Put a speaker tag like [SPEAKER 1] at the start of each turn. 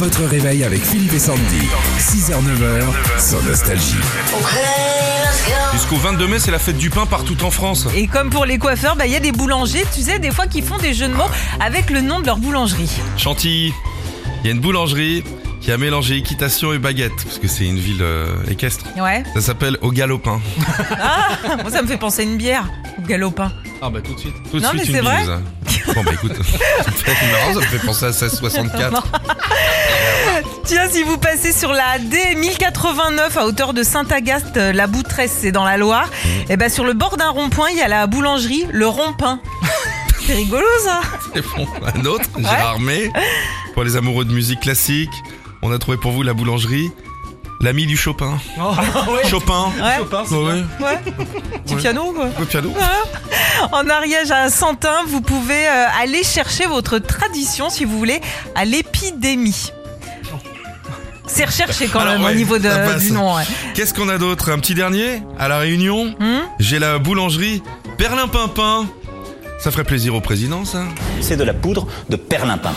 [SPEAKER 1] Votre réveil avec Philippe et Sandy. 6h-9h, sans nostalgie.
[SPEAKER 2] Jusqu'au 22 mai, c'est la fête du pain partout en France.
[SPEAKER 3] Et comme pour les coiffeurs, bah, il y a des boulangers, tu sais, des fois qui font des jeux de mots avec le nom de leur boulangerie.
[SPEAKER 2] Chantilly, il y a une boulangerie qui a mélangé équitation et baguette, parce que c'est une ville euh, équestre.
[SPEAKER 3] Ouais.
[SPEAKER 2] Ça s'appelle Au Galopin.
[SPEAKER 3] Moi, ça me fait penser à une bière, au galopin.
[SPEAKER 2] Ah bah tout de suite. Tout de
[SPEAKER 3] Non,
[SPEAKER 2] suite
[SPEAKER 3] mais
[SPEAKER 2] une
[SPEAKER 3] c'est vrai.
[SPEAKER 2] bise. Bon bah écoute, ça me fait, marrant, ça me fait penser à 1664.
[SPEAKER 3] Tiens, si vous passez sur la D1089 à hauteur de Saint-Agaste, euh, la Boutresse, c'est dans la Loire,
[SPEAKER 2] Mmh.
[SPEAKER 3] et bah, sur le bord d'un rond-point, il y a la boulangerie, le rond-pain. C'est rigolo ça
[SPEAKER 2] Et bon, un autre, Gérard May. Pour les amoureux de musique classique, on a trouvé pour vous la boulangerie, l'ami du Chopin. Chopin.
[SPEAKER 3] Ouais,
[SPEAKER 2] Ouais, ouais.
[SPEAKER 3] ouais. Petit
[SPEAKER 2] Ouais.
[SPEAKER 3] piano quoi.
[SPEAKER 2] Le piano.
[SPEAKER 3] En Ariège à Santin, vous pouvez euh, aller chercher votre tradition, si vous voulez, à l'épidémie. C'est recherché quand
[SPEAKER 2] Oh. Alors,
[SPEAKER 3] même
[SPEAKER 2] ouais,
[SPEAKER 3] au niveau de-
[SPEAKER 2] ça passe.
[SPEAKER 3] du nom. ouais.
[SPEAKER 2] Qu'est-ce qu'on a d'autre Un petit dernier À La Réunion,
[SPEAKER 3] Hmm
[SPEAKER 2] j'ai la boulangerie Berlin Pimpin. Ça ferait plaisir au président, ça
[SPEAKER 4] c'est de la poudre de perlimpinpin.